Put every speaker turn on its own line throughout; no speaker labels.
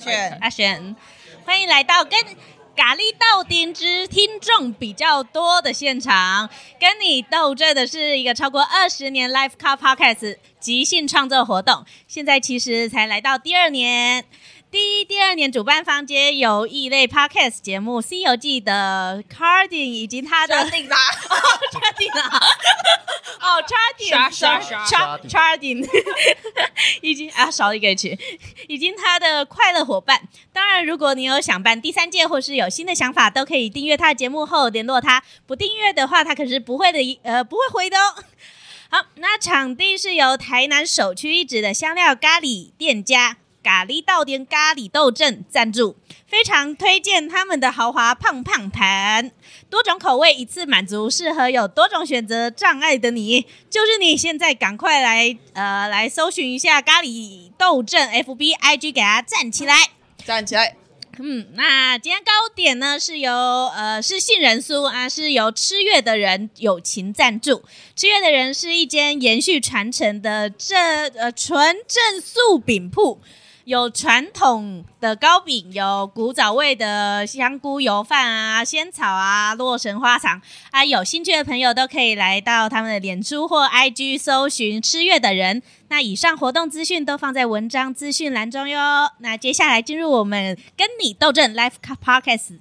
选
阿璇，欢迎来到跟咖喱豆丁之听众比较多的现场，跟你斗阵的是一个超过二十年 Live Car Podcast 即兴创作活动，现在其实才来到第二年。第一、第二年主办方皆由异类 podcast 节目《西游记》的 Cardin 以及他的
决定啦！
Chardin 啊， 哦
啥啥
啥
，Chardin，Chardin，已经啊少了一个 H，已经他的快乐伙伴。当然，如果你有想办第三届或是有新的想法，都可以订阅他的节目后联络他。不订阅的话，他可是不会的一，呃，不会回的哦。好，那场地是由台南首屈一指的香料咖喱店家咖喱道店咖喱豆阵赞助，非常推荐他们的豪华胖胖盘。多种口味一次满足，适合有多种选择障碍的你。就是你现在赶快来，呃，来搜寻一下咖喱豆阵 FB IG，给它站起来。
站起来，
嗯，那今天糕点呢是由呃是杏仁酥啊，是由吃月的人友情赞助。吃月的人是一间延续传承的正呃纯正素饼铺，有传统的糕饼，有古早味的香菇油饭啊、仙草啊、洛神花肠啊。有兴趣的朋友都可以来到他们的脸书或 IG 搜寻吃月的人。那以上活动资讯都放在文章资讯栏中哟。那接下来进入我们跟你斗阵 Live Podcast。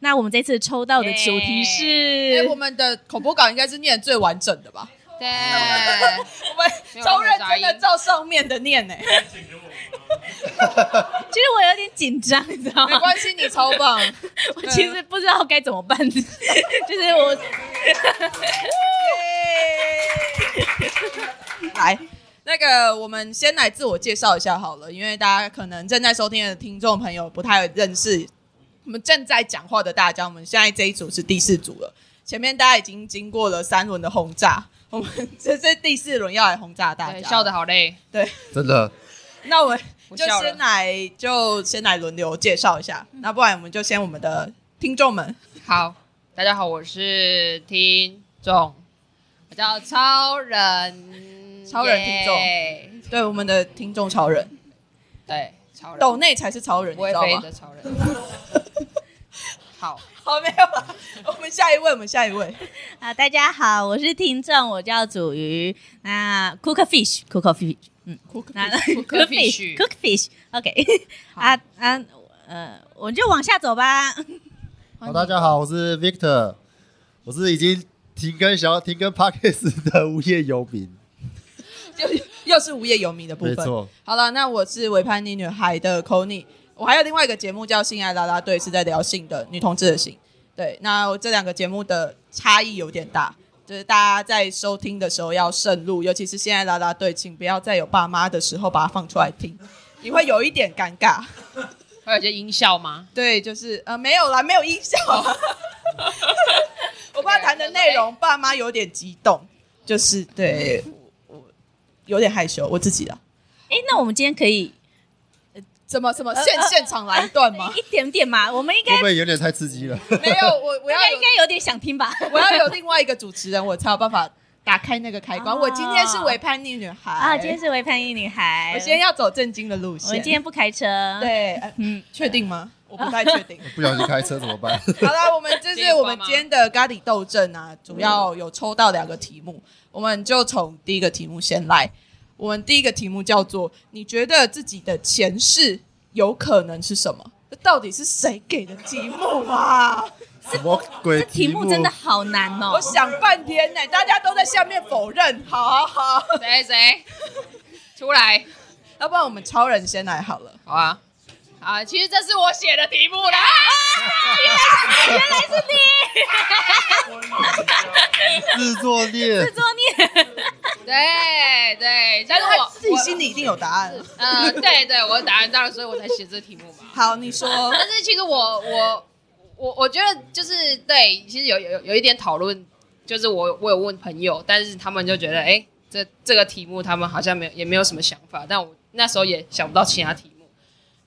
那我们这次抽到的球题
哎、
是
我们的口播稿应该是念最完整的吧？
对，
我们超认真的照上面的念哎呢、
其实我有点紧张，你知道
没
吗？
关系，你超棒。
我其实不知道该怎么办， 就是我
来，那个我们先来自我介绍一下好了，因为大家可能正在收听的听众朋友不太认识我们正在讲话的大家。我们现在这一组是第四组了，前面大家已经经过了三轮的轰炸，我们这是第四轮要来轰炸大家
对
了。
笑得好累，
对，
真的，
那我们
不
就
笑了
先来就先来轮流介绍一下，那不然我们就先我们的听众们。
好，大家好，我是听众，我叫超人，
超人听众
众，
对，我们的听众超人，
对，超人，
斗内才是超人，
不
你知道
会飞
吗？
的超人。好，
好，没有了。我们下一位，我们下一位。
啊，大家好，我是听众，我叫祖瑜。那 Cook Fish，Cook Fish，嗯，Cook Cook
Fish
Fish，Cook Fish，OK。啊啊，呃，我们就往下走吧。
好，大家好，我是 Victor，我是已经停更小停更 Parkes 的无业游民，
又又是无业游民的部
没
分。
错，
好了，那我是维叛逆女孩的 Kony，我还有另外一个节目叫《性爱啦啦队》，是在聊性的女同志的性。对，那我这两个节目的差异有点大，就是大家在收听的时候要慎入，尤其是《性爱啦啦队》，请不要在有爸妈的时候把它放出来听，你会有一点尴尬。
会有一些音效吗？
对，就是呃，没有啦，没有音效。我怕谈的内容，爸妈有点激动，就是对我我有点害羞，我自己的。
哎，那我们今天可以
怎么怎么现现场来一段吗？
一点点嘛？我们应该
会不会有点太刺激了？
没有，我我要
大家
有
应 该有点想听吧？
我要有另外一个主持人，我才有办法打开那个开
啊
关。我今天是伪叛逆女孩
啊，今天是微叛逆女孩。
我今天要走正经的路
我们
线。
今天不开车。，
对，呃
嗯，
确定 吗？我不太确定。
不小心开车怎么办？
好了，我们这是我们今天的咖喱斗阵啊，主要有抽到两个题目，我们就从第一个题目先来。我们第一个题目叫做：你觉得自己的前世有可能是什么？这到底是谁给的题目啊？
什么鬼
这题目真的好难哦
我。想半天呢、大家都在下面否认。好好好，
谁谁出来？
要不然我们超人先来好了。
好啊，啊，其实这是我写的题目 啦。
原来是你，
自作孽
自，作孽。
对对，但是
他
我
自己
我
心里一定有答案。
呃，对对，我答案到了，所以我才写这题目嘛。
好，你说。
但是其实我我我我觉得就是对，其实有有有一点讨论，就是我我有问朋友，但是他们就觉得，哎，这这个题目他们好像没有也没有什么想法，但我那时候也想不到其他题目，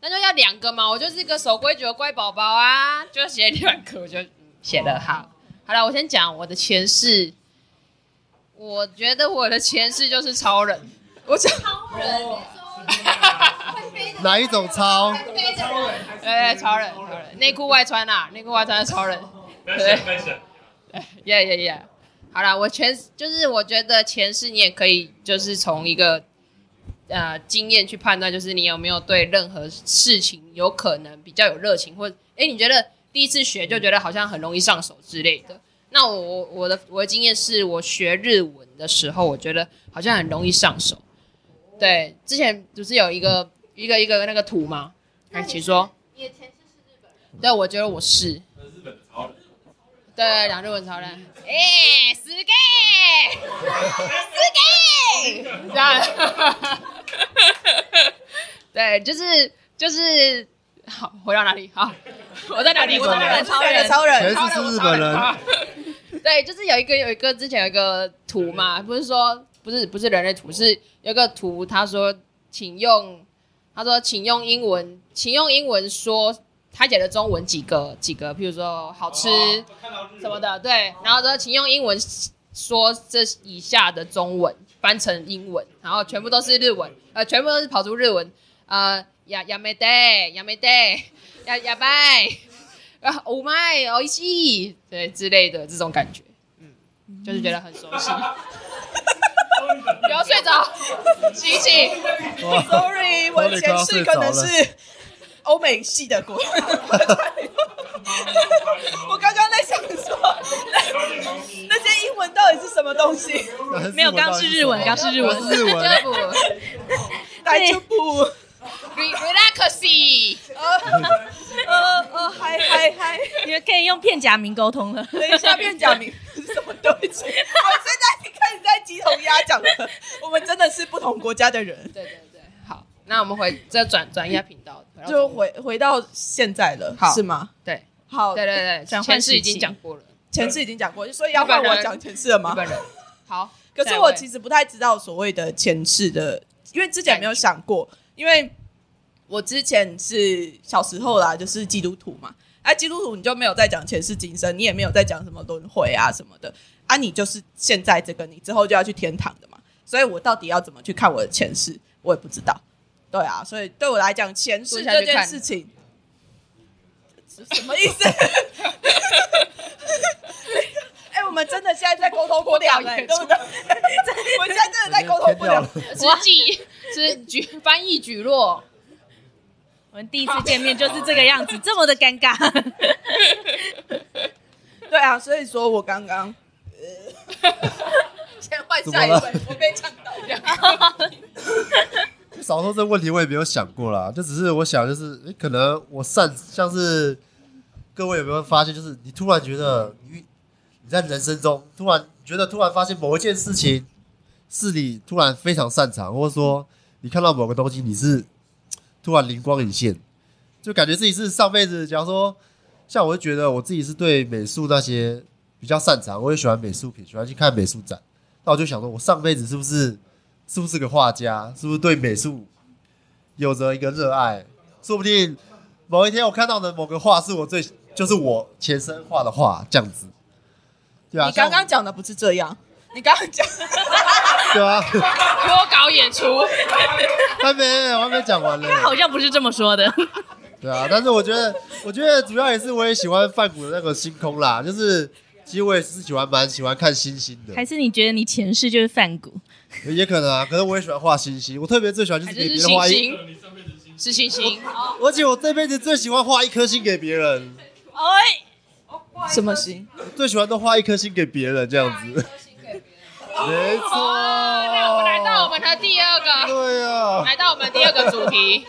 那就要两个嘛，我就是一个守规矩的乖宝宝啊，就写两个，我就嗯写的好。好了，我先讲我的前世，我觉得我的前世就是超人。
我想，
哪一种超？
对对，哎超人，超人，内裤外穿啦，内裤外穿的超人。
不要想，不要想。
Yeah yeah yeah。好啦，我前就是我觉得前世你也可以，就是从一个呃经验去判断，就是你有没有对任何事情有可能比较有热情，或哎、诶你觉得第一次学就觉得好像很容易上手之类的。那我我我的我的经验是我学日文的时候，我觉得好像很容易上手。对，之前不是有一个一个一个那个图吗？哎，请说。
你的前世是日本人，
对，我觉得我是。
日本超人，
对，两日文超人，哎、死给，死给，这样， 对，就是就是，好，回到哪里？好，我在哪里？我在哪里？
超人，超人，
全是日本人，
对，就是有一个有一个之前有一个图嘛，不是说不是不是人类图，是有一个图，他说请用，他说请用英文，请用英文说他写的中文几个几个，譬如说好吃。什么的，对。然后说，请用英文说这以下的中文翻成英文，然后全部都是日文，呃，全部都是跑出日文，呃，ややめて、やめて、ややばい、啊，うまい、おいしい，对之类的这种感觉，嗯，就是觉得很熟悉。不要睡着，醒醒。
哇，
Sorry，我的前世可能是欧美系的国家。 我刚刚在想说，那那些英文到底是什么东 西？
没有刚是日文刚是日文
我是日 文，
就不
来就不，
re relaxy，
呃呃呃，嗨嗨嗨，
你们可以用片假名沟通了。
等一下变假名是什么东西？我现 在开始在鸡同鸭讲了，我们真的是不同国家的人。
对对对，好，那我们回再转转一下频道，回 到
就回回到现在了，
好
是吗？
对
好，
对对对，
转换
前世
时
已经
期
讲过了，
前世已经讲过，所以要换我讲前世了吗
日？本人。好，
可是我其实不太知道所谓的前世的，因为之前没有想过，因为我之前是小时候啦，就是基督徒嘛，啊，基督徒你就没有在讲前世今生，你也没有在讲什么轮回啊什么的，啊，你就是现在这个，你之后就要去天堂的嘛，所以我到底要怎么去看我的前世，我也不知道。对啊，所以对我来讲，前世这件事情什么意思？ 哎、我们真的现在在沟通不了、哎，对不对？ 我们现在真的在沟通不 了
掉了。，
实际 是举翻译举落，
我们第一次见面就是这个样子，这么的尴尬。
对啊，所以说我刚刚，呃， 先换下一
怎
位，
么
我被呛到。
少说这个问题我也没有想过啦，就只是我想就是，诶可能我擅像是各位有没有发现，就是你突然觉得你你在人生中突然觉得突然发现某一件事情是你突然非常擅长，或者说你看到某个东西你是突然灵光一现，就感觉自己是上辈子，假如说像我就觉得我自己是对美术那些比较擅长，我也喜欢美术品，喜欢去看美术展，那我就想说我上辈子是不是？是不是个画家，是不是对美术有着一个热爱？说不定某一天我看到的某个画是我最，就是我前身画的画，这样子。对啊，
你刚
像
刚讲的不是这样，你刚刚讲，
对啊，
脱稿演出，
还没，我还没讲完呢。
他好像不是这么说的。
对啊，但是我觉得，我觉得主要也是我也喜欢梵谷的那个星空啦，就是其实我也是喜欢蛮喜欢看星星的，
还是你觉得你前世就是梵谷？
也可能啊，可能我也喜欢画星星，我特别最喜欢就
还
是
是
给
是
别人画
星
一，
星？是星星，
而且我这辈子最喜欢画一颗星给别人。
哎，
什么星？
最喜欢都画一颗星给别人这样子。 没错，
哦那我们来到我们的第二个，
对啊，
来到我们第二个主 题，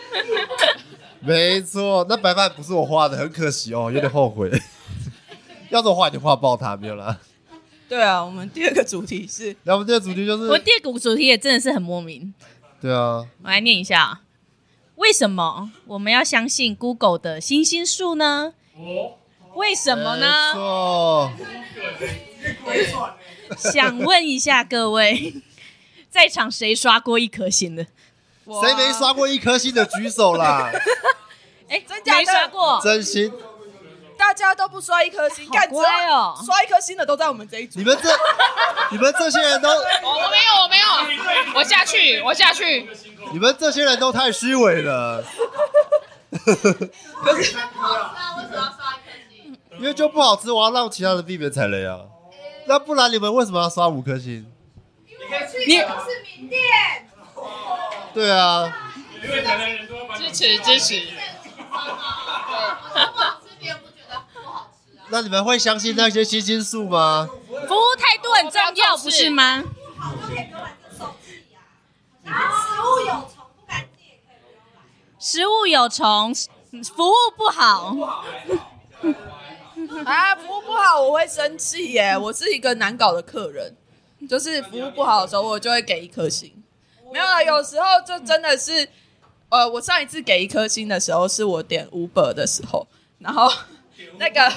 没错。那白饭不是我画的，很可惜哦，有点后悔。 要是我画，一定画爆它，没有啦。
对啊，我们第二个主题是
然后我们这个主题就
我
是，
第二个主题也真的是很莫名。
对啊，
我来念一下啊，为什么我们要相信 Google 的星星数呢？为什么
没
呢？
错，
想问一下各位， 在场谁刷过一颗星的？
谁没刷过一颗星的举手 啦？
哎，
真假的
没刷过，
真心，
大家都不刷一颗星，干
好乖哦
只要刷一颗星的都在我们这一组
你。们这，你们这些人都，
我我没有我没有，我下去我下去，
你们这些人都太虚伪了。
可是
那为什么要刷一颗星？
因为就不好吃，我要让其他人避免踩雷啊。那不然你们为什么要刷五颗星？
因为我去的都是名店，
对啊，
因为台南人都要把
支持支持，
我说不好吃，别人不觉得不好吃啊。
那你们会相信那些星星数吗？
服务态度很重要，不是吗？
好就可以不用来这受气呀。然后食物有虫不干净也可以不用来。
食物有虫，服务不好，
啊，服务不好我会生气耶，我是一个难搞的客人，就是服务不好的时候我就会给一颗星。没有啦，有时候就真的是，呃，我上一次给一颗星的时候是我点 Uber 的时候，然后 那个，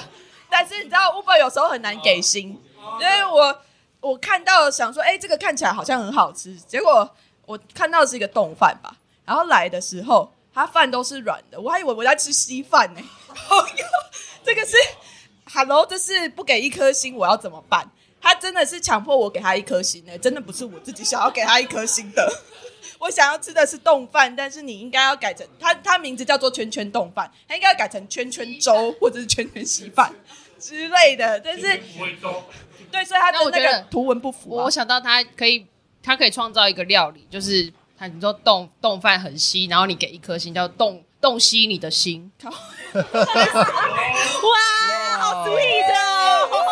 但是你知道 Uber 有时候很难给星，因为我我看到想说，哎、这个看起来好像很好吃，结果我看到是一个冻饭吧，然后来的时候它饭都是软的，我还以为我在吃稀饭呢、
哦
这个是 Hello，这是不给一颗星，我要怎么办？他真的是强迫我给他一颗星呢、真的不是我自己想要给他一颗星的。 我想要吃的是冻饭，但是你应该要改成它，它名字叫做圈圈冻饭，它应该要改成圈圈粥或者是圈圈稀饭之类的。但是
不会中，
对，所以它的
那我
那
觉
个
得
图文不符、
我
啊
我。想到他可以，他可以创造一个料理，就是他你说冻冻饭很稀，然后你给一颗星叫冻冻稀你的心，
哇，好 sweet 哦！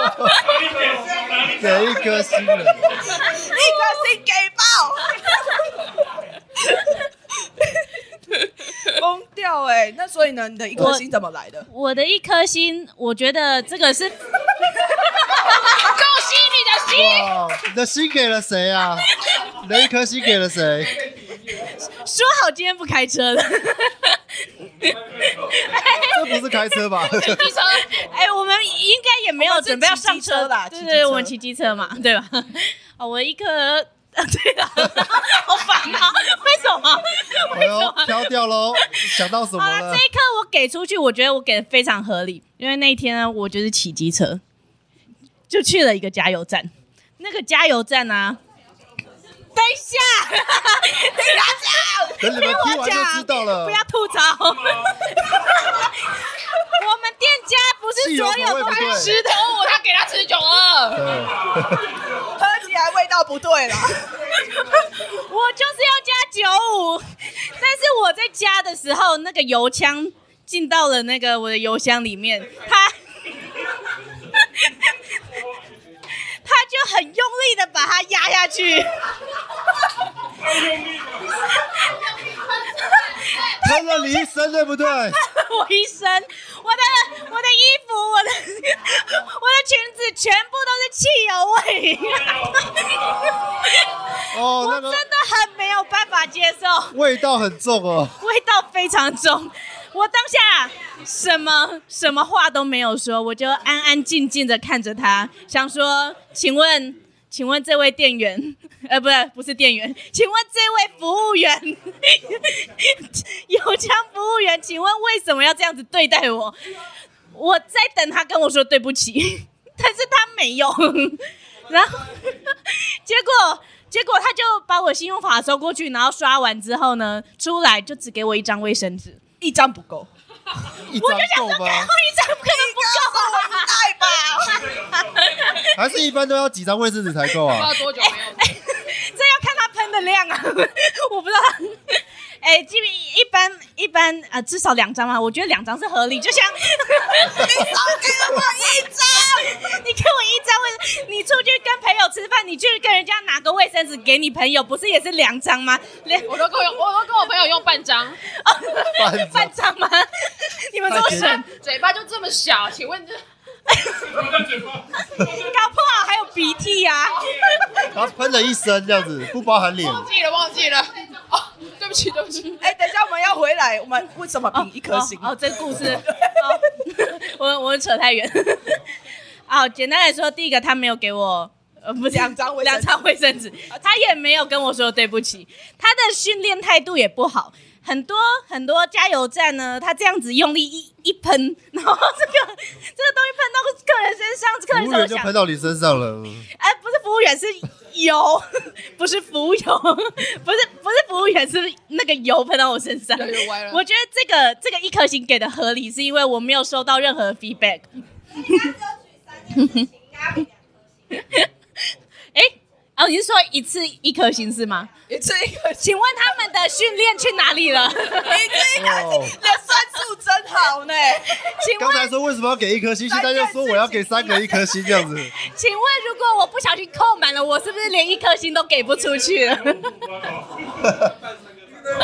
哪里点中哪里
给一颗星 了，
一颗星给爆， 疯掉哎、那所以呢，你的一颗星怎么来的？
我的一颗心，我觉得这个是
冻稀你的心。
哇！你的星给了谁啊？你的一颗星给了谁？
说好今天不开车的。
这不是开车吧？
哎，我们应该也没有准备要上
我们是骑机车啦
啦，对
骑机
对，
车
我们骑机车嘛，对吧？哦，我一颗， 对啊， 好烦啊！为什么？
哎呦，飘掉喽！想到什
好
么
了，
了
这？一刻我给出去，我觉得我给的非常合理，因为那一天呢，我就是骑机车，就去了一个加油站。那个加油站啊，等一下，等一下，
等你们听完就知道了
不要吐槽。 我们店家不是所
汽油口
有
味
都
不对
爱吃的，
哦，他给他吃九二，
对，
喝起来味道不对啦。
我就是要加九五，但是我在加的时候，那个油枪进到了那个我的油箱里面，它 它就很用力的把它压下去，
太用力了，
喷了你一身，对不对？
我一身，我的我的衣服，我的我的裙子全部都是汽油味，
哦，
我
那
真
个
的很没有办法接受。
味道很重哦。
味道非常重。我当下什么什么话都没有说，我就安安静静的看着他，想说：“请问，请问这位店员，呃，不是不是店员，请问这位服务员， 油枪服务员，请问为什么要这样子对待我？”我在等他跟我说对不起， 但是他没有， 然后 结果结果他就把我信用卡收过去，然后刷完之后呢，出来就只给我一张卫生纸，
一张不够，
一张够吗？
一张可能不够啊，
爱吧。
还是一般都要几张卫生纸才够
不知
啊
道？多久没有。
这要看他喷的量啊， 我不知道。哎，基本一般一般啊、呃至少两张嘛，我觉得两张是合理。就像 你少给我一张，你给我一张卫生，你出去跟朋友吃饭，你去跟人家拿个卫生纸给你朋友，不是也是两张吗？两哦
我都跟我用我都跟我朋友用半张，
半张
半张吗？你们这么省，
嘴巴就这么小，请问这
我的嘴巴，
搞不好还有鼻涕呀、啊。
然后喷了一身这样子，不包含脸。
忘记了忘记了？哦，对不起对不起，
哎、等一下我们要回来，我们为什么评一颗星？
哦，哦这故 事，哦、 我我扯太远。 哦，简单来说，第一个他没有给我。呃，不是
两张卫生纸啊
两张卫生纸，他也没有跟我说对不起，他的训练态度也不好，很多很多加油站呢，它这样子用力一一喷，然后这个这个东西喷到客人身上，客人怎
服务
么
员就
想
喷？到你身上了，
哎、不是服务员是油， 不是服务油， 不是不是服务员是那个油喷到我身上
越。来越歪了。
我觉得这个这个一颗星给的合理，是因为我没有收到任何 feedback。
应该只有举三件事情，应该给 两颗星。
哎、哦，你是说一次一颗星是吗？
一次一个，
请问他们的训练去哪里了？
哦，
那算数真好呢。
请
刚
问，
才说为什么要给一颗星，现在又说我要给三个一颗星这样子，
请问，如果我不小心扣满了，我是不是连一颗星都给不出去了？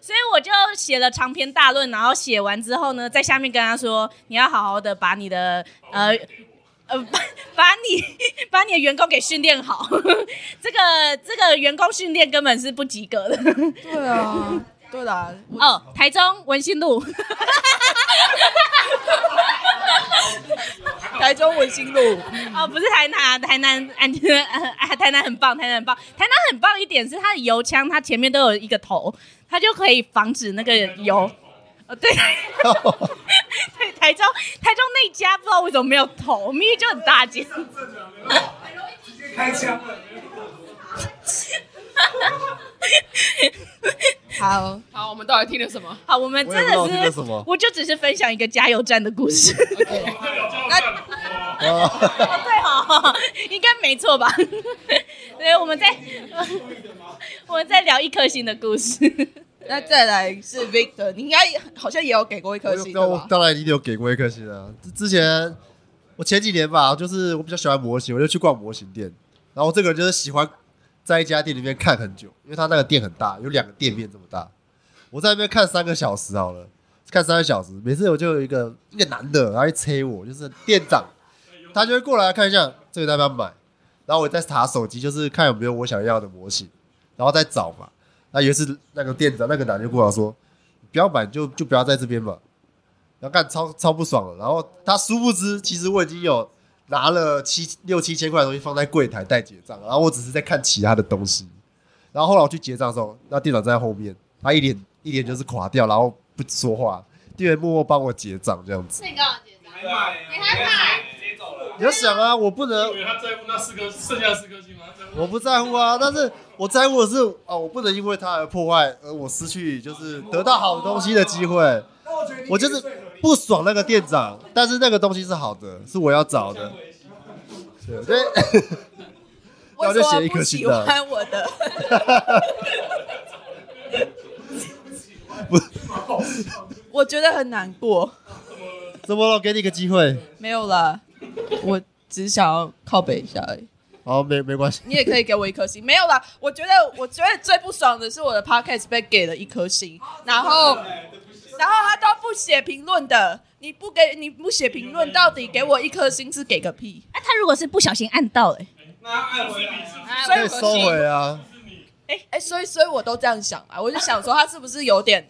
所以我就写了长篇大论，然后写完之后呢，在下面跟他说，你要好好的把你的呃呃 把把你把你的员工给训练好， 这个这个员工训练根本是不及格的。
对啊，对啦，我
哦，台中文心路，
台中文心路，
哦，不是台南，台南安，呃台南很棒，台南很棒，台南很棒一点是它的油枪，它前面都有一个头，它就可以防止那个油。哦， 对，对，台中台中那家不知道为什么没有头，明明就很大 间。
开枪了，
好，
好，我们到底听了什么？
好，我们
我
真
也不知道听
的
了
是
什么，
我就只是分享一个加油站的故事。
那
啊，
哦，对哦，应该没错 吧？对，我们在 我们在聊一颗星的故事。
那再来是 Victor，你应该也好像也有给过一颗星对
我
吧？
当然一定有给过一颗星啊。之前我前几年吧，就是我比较喜欢模型，我就去逛模型店。然后我这个人就是喜欢在一家店里面看很久，因为他那个店很大，有两个店面这么大。我在那边看三个小时好了，看三个小时，每次我就有一个一个男的，然后一催我，就是店长，他就会过来看一下这个要不要买，然后我再查手机，就是看有没有我想要的模型，然后再找嘛。那有一次那个店长那个男的就过来说，你不要买就就不要在这边嘛，然后干超超不爽了。然后他殊不知，其实我已经有拿了七六七千块的东西放在柜台待结账，然后我只是在看其他的东西。然后后来我去结账的时候，那店长站在后面，他一脸一脸就是垮掉，然后不说话，店员默默帮我结账这样子。
是
哎
你刚刚结账，你还买？
直接走了。
你要想啊，我不能
以，为他在乎那四颗，剩下四颗星吗？他在乎
我不在乎啊，但是我在乎的是啊，我不能因为他而破坏，而我失去就是得到好东西的机会。我就是不爽那个店长，但是那个东西是好的，是我要找的。对，所以那我就写一颗星
为什么
的
不喜欢我的，
不
我觉得很难过。
怎么了？给你一个机会。
没有啦，我只想要靠北一下而已。
好，没没关系。
你也可以给我一颗星，没有啦。我觉得，我觉得最不爽的是我的 podcast 被给了一颗星，然后，然后他都不写评论的。你不给，你不写评论，到底给我一颗星是给个屁？
啊，他如果是不小心按到、欸，
那按回来，
所
可以收回啊。
哎哎，所以所以我都这样想嘛，我就想说他是不是有点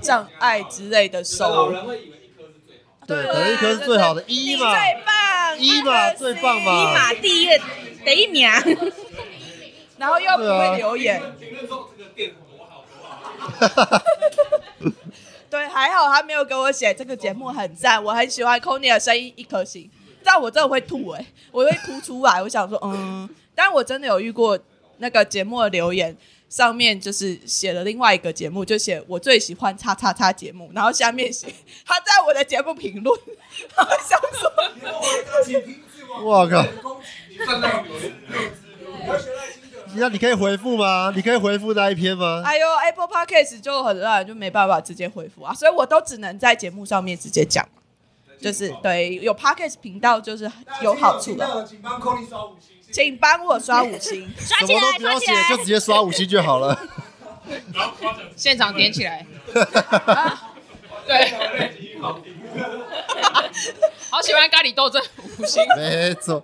障碍之类的收？
人会以为一颗是最好。
对，
对
可能一颗是最好的，一
你
嘛，
最棒，
一
颗
嘛
星
最棒嘛
哎，一马第一个得一名。
然后又不
对啊
会留言，
评论说这个店多好多好，
啊
对，还好他没有给我写这个节目很赞，我很喜欢 Kony 的声音，一颗星。但我真的会吐哎、我会哭出来。我想说，嗯，但我真的有遇过那个节目的留言，上面就是写了另外一个节目，就写我最喜欢叉叉叉节目，然后下面写他在我的节目评论，然后想说，
我靠！
你看到有
那你可以回复吗？你可以回复那一篇吗？
哎呦，Apple Podcast 就很烂，就没办法直接回复啊，所以我都只能在节目上面直接讲，就是对有 Podcast 频道就是有好处的。
请帮 Cody 刷五星。
请帮我刷五星。
刷
什
起
么
来，
都不
刷
要
起
写，
来
就！直接刷五星就 好了。
然后 夸奖
现场点起来，对，
对，好评，
好喜欢咖喱豆这五星。
没错，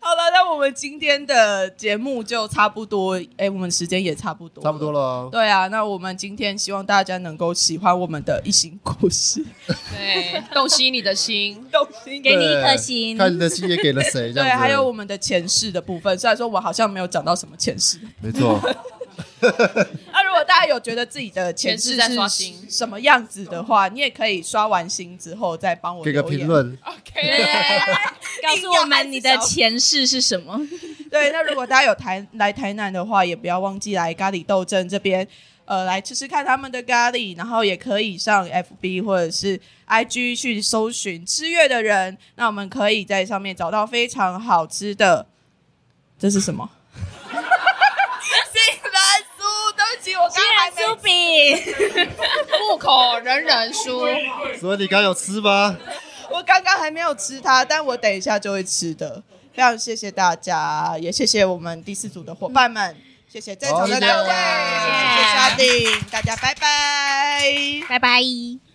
好了，那我们今天的节目就差不多，哎、我们时间也差不多，
差不多
了。
了哦。
对啊，那我们今天希望大家能够喜欢我们的一星故事，
对，洞悉你的心。
动心
给你一颗
对
星
看你的心也给了 谁，这
对，
样子。
还有我们的前世的部分，虽然说我好像没有讲到什么前世，
没错，
那如果大家有觉得自己的前
前世
世
在刷
是
新
什么样子的话，你也可以刷完新之后再帮我
给个
留言
评。论，
告诉我们你的前世是什么？
对，那如果大家有台来台南的话，也不要忘记来咖喱豆阵这边，呃，来吃吃看他们的咖喱，然后也可以上 FB 或者是 IG 去搜寻吃月的人，那我们可以在上面找到非常好吃的，这是什么？
竟然输，对不起，我
竟然酥饼，
户口人人输。
所以你刚有吃吗？
我刚刚还没有吃它，但我等一下就会吃的。非常谢谢大家，也谢谢我们第四组的伙伴们，谢谢在场的各位，
好谢谢
谢谢沙丁，大家拜拜。
拜拜。